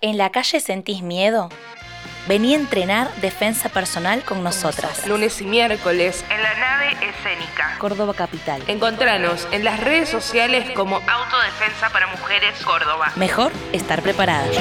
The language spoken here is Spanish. ¿En la calle sentís miedo? Vení a entrenar defensa personal con nosotras. Lunes y miércoles en la nave escénica. Córdoba Capital. Encontranos en las redes sociales como Autodefensa para Mujeres Córdoba. Mejor estar preparadas.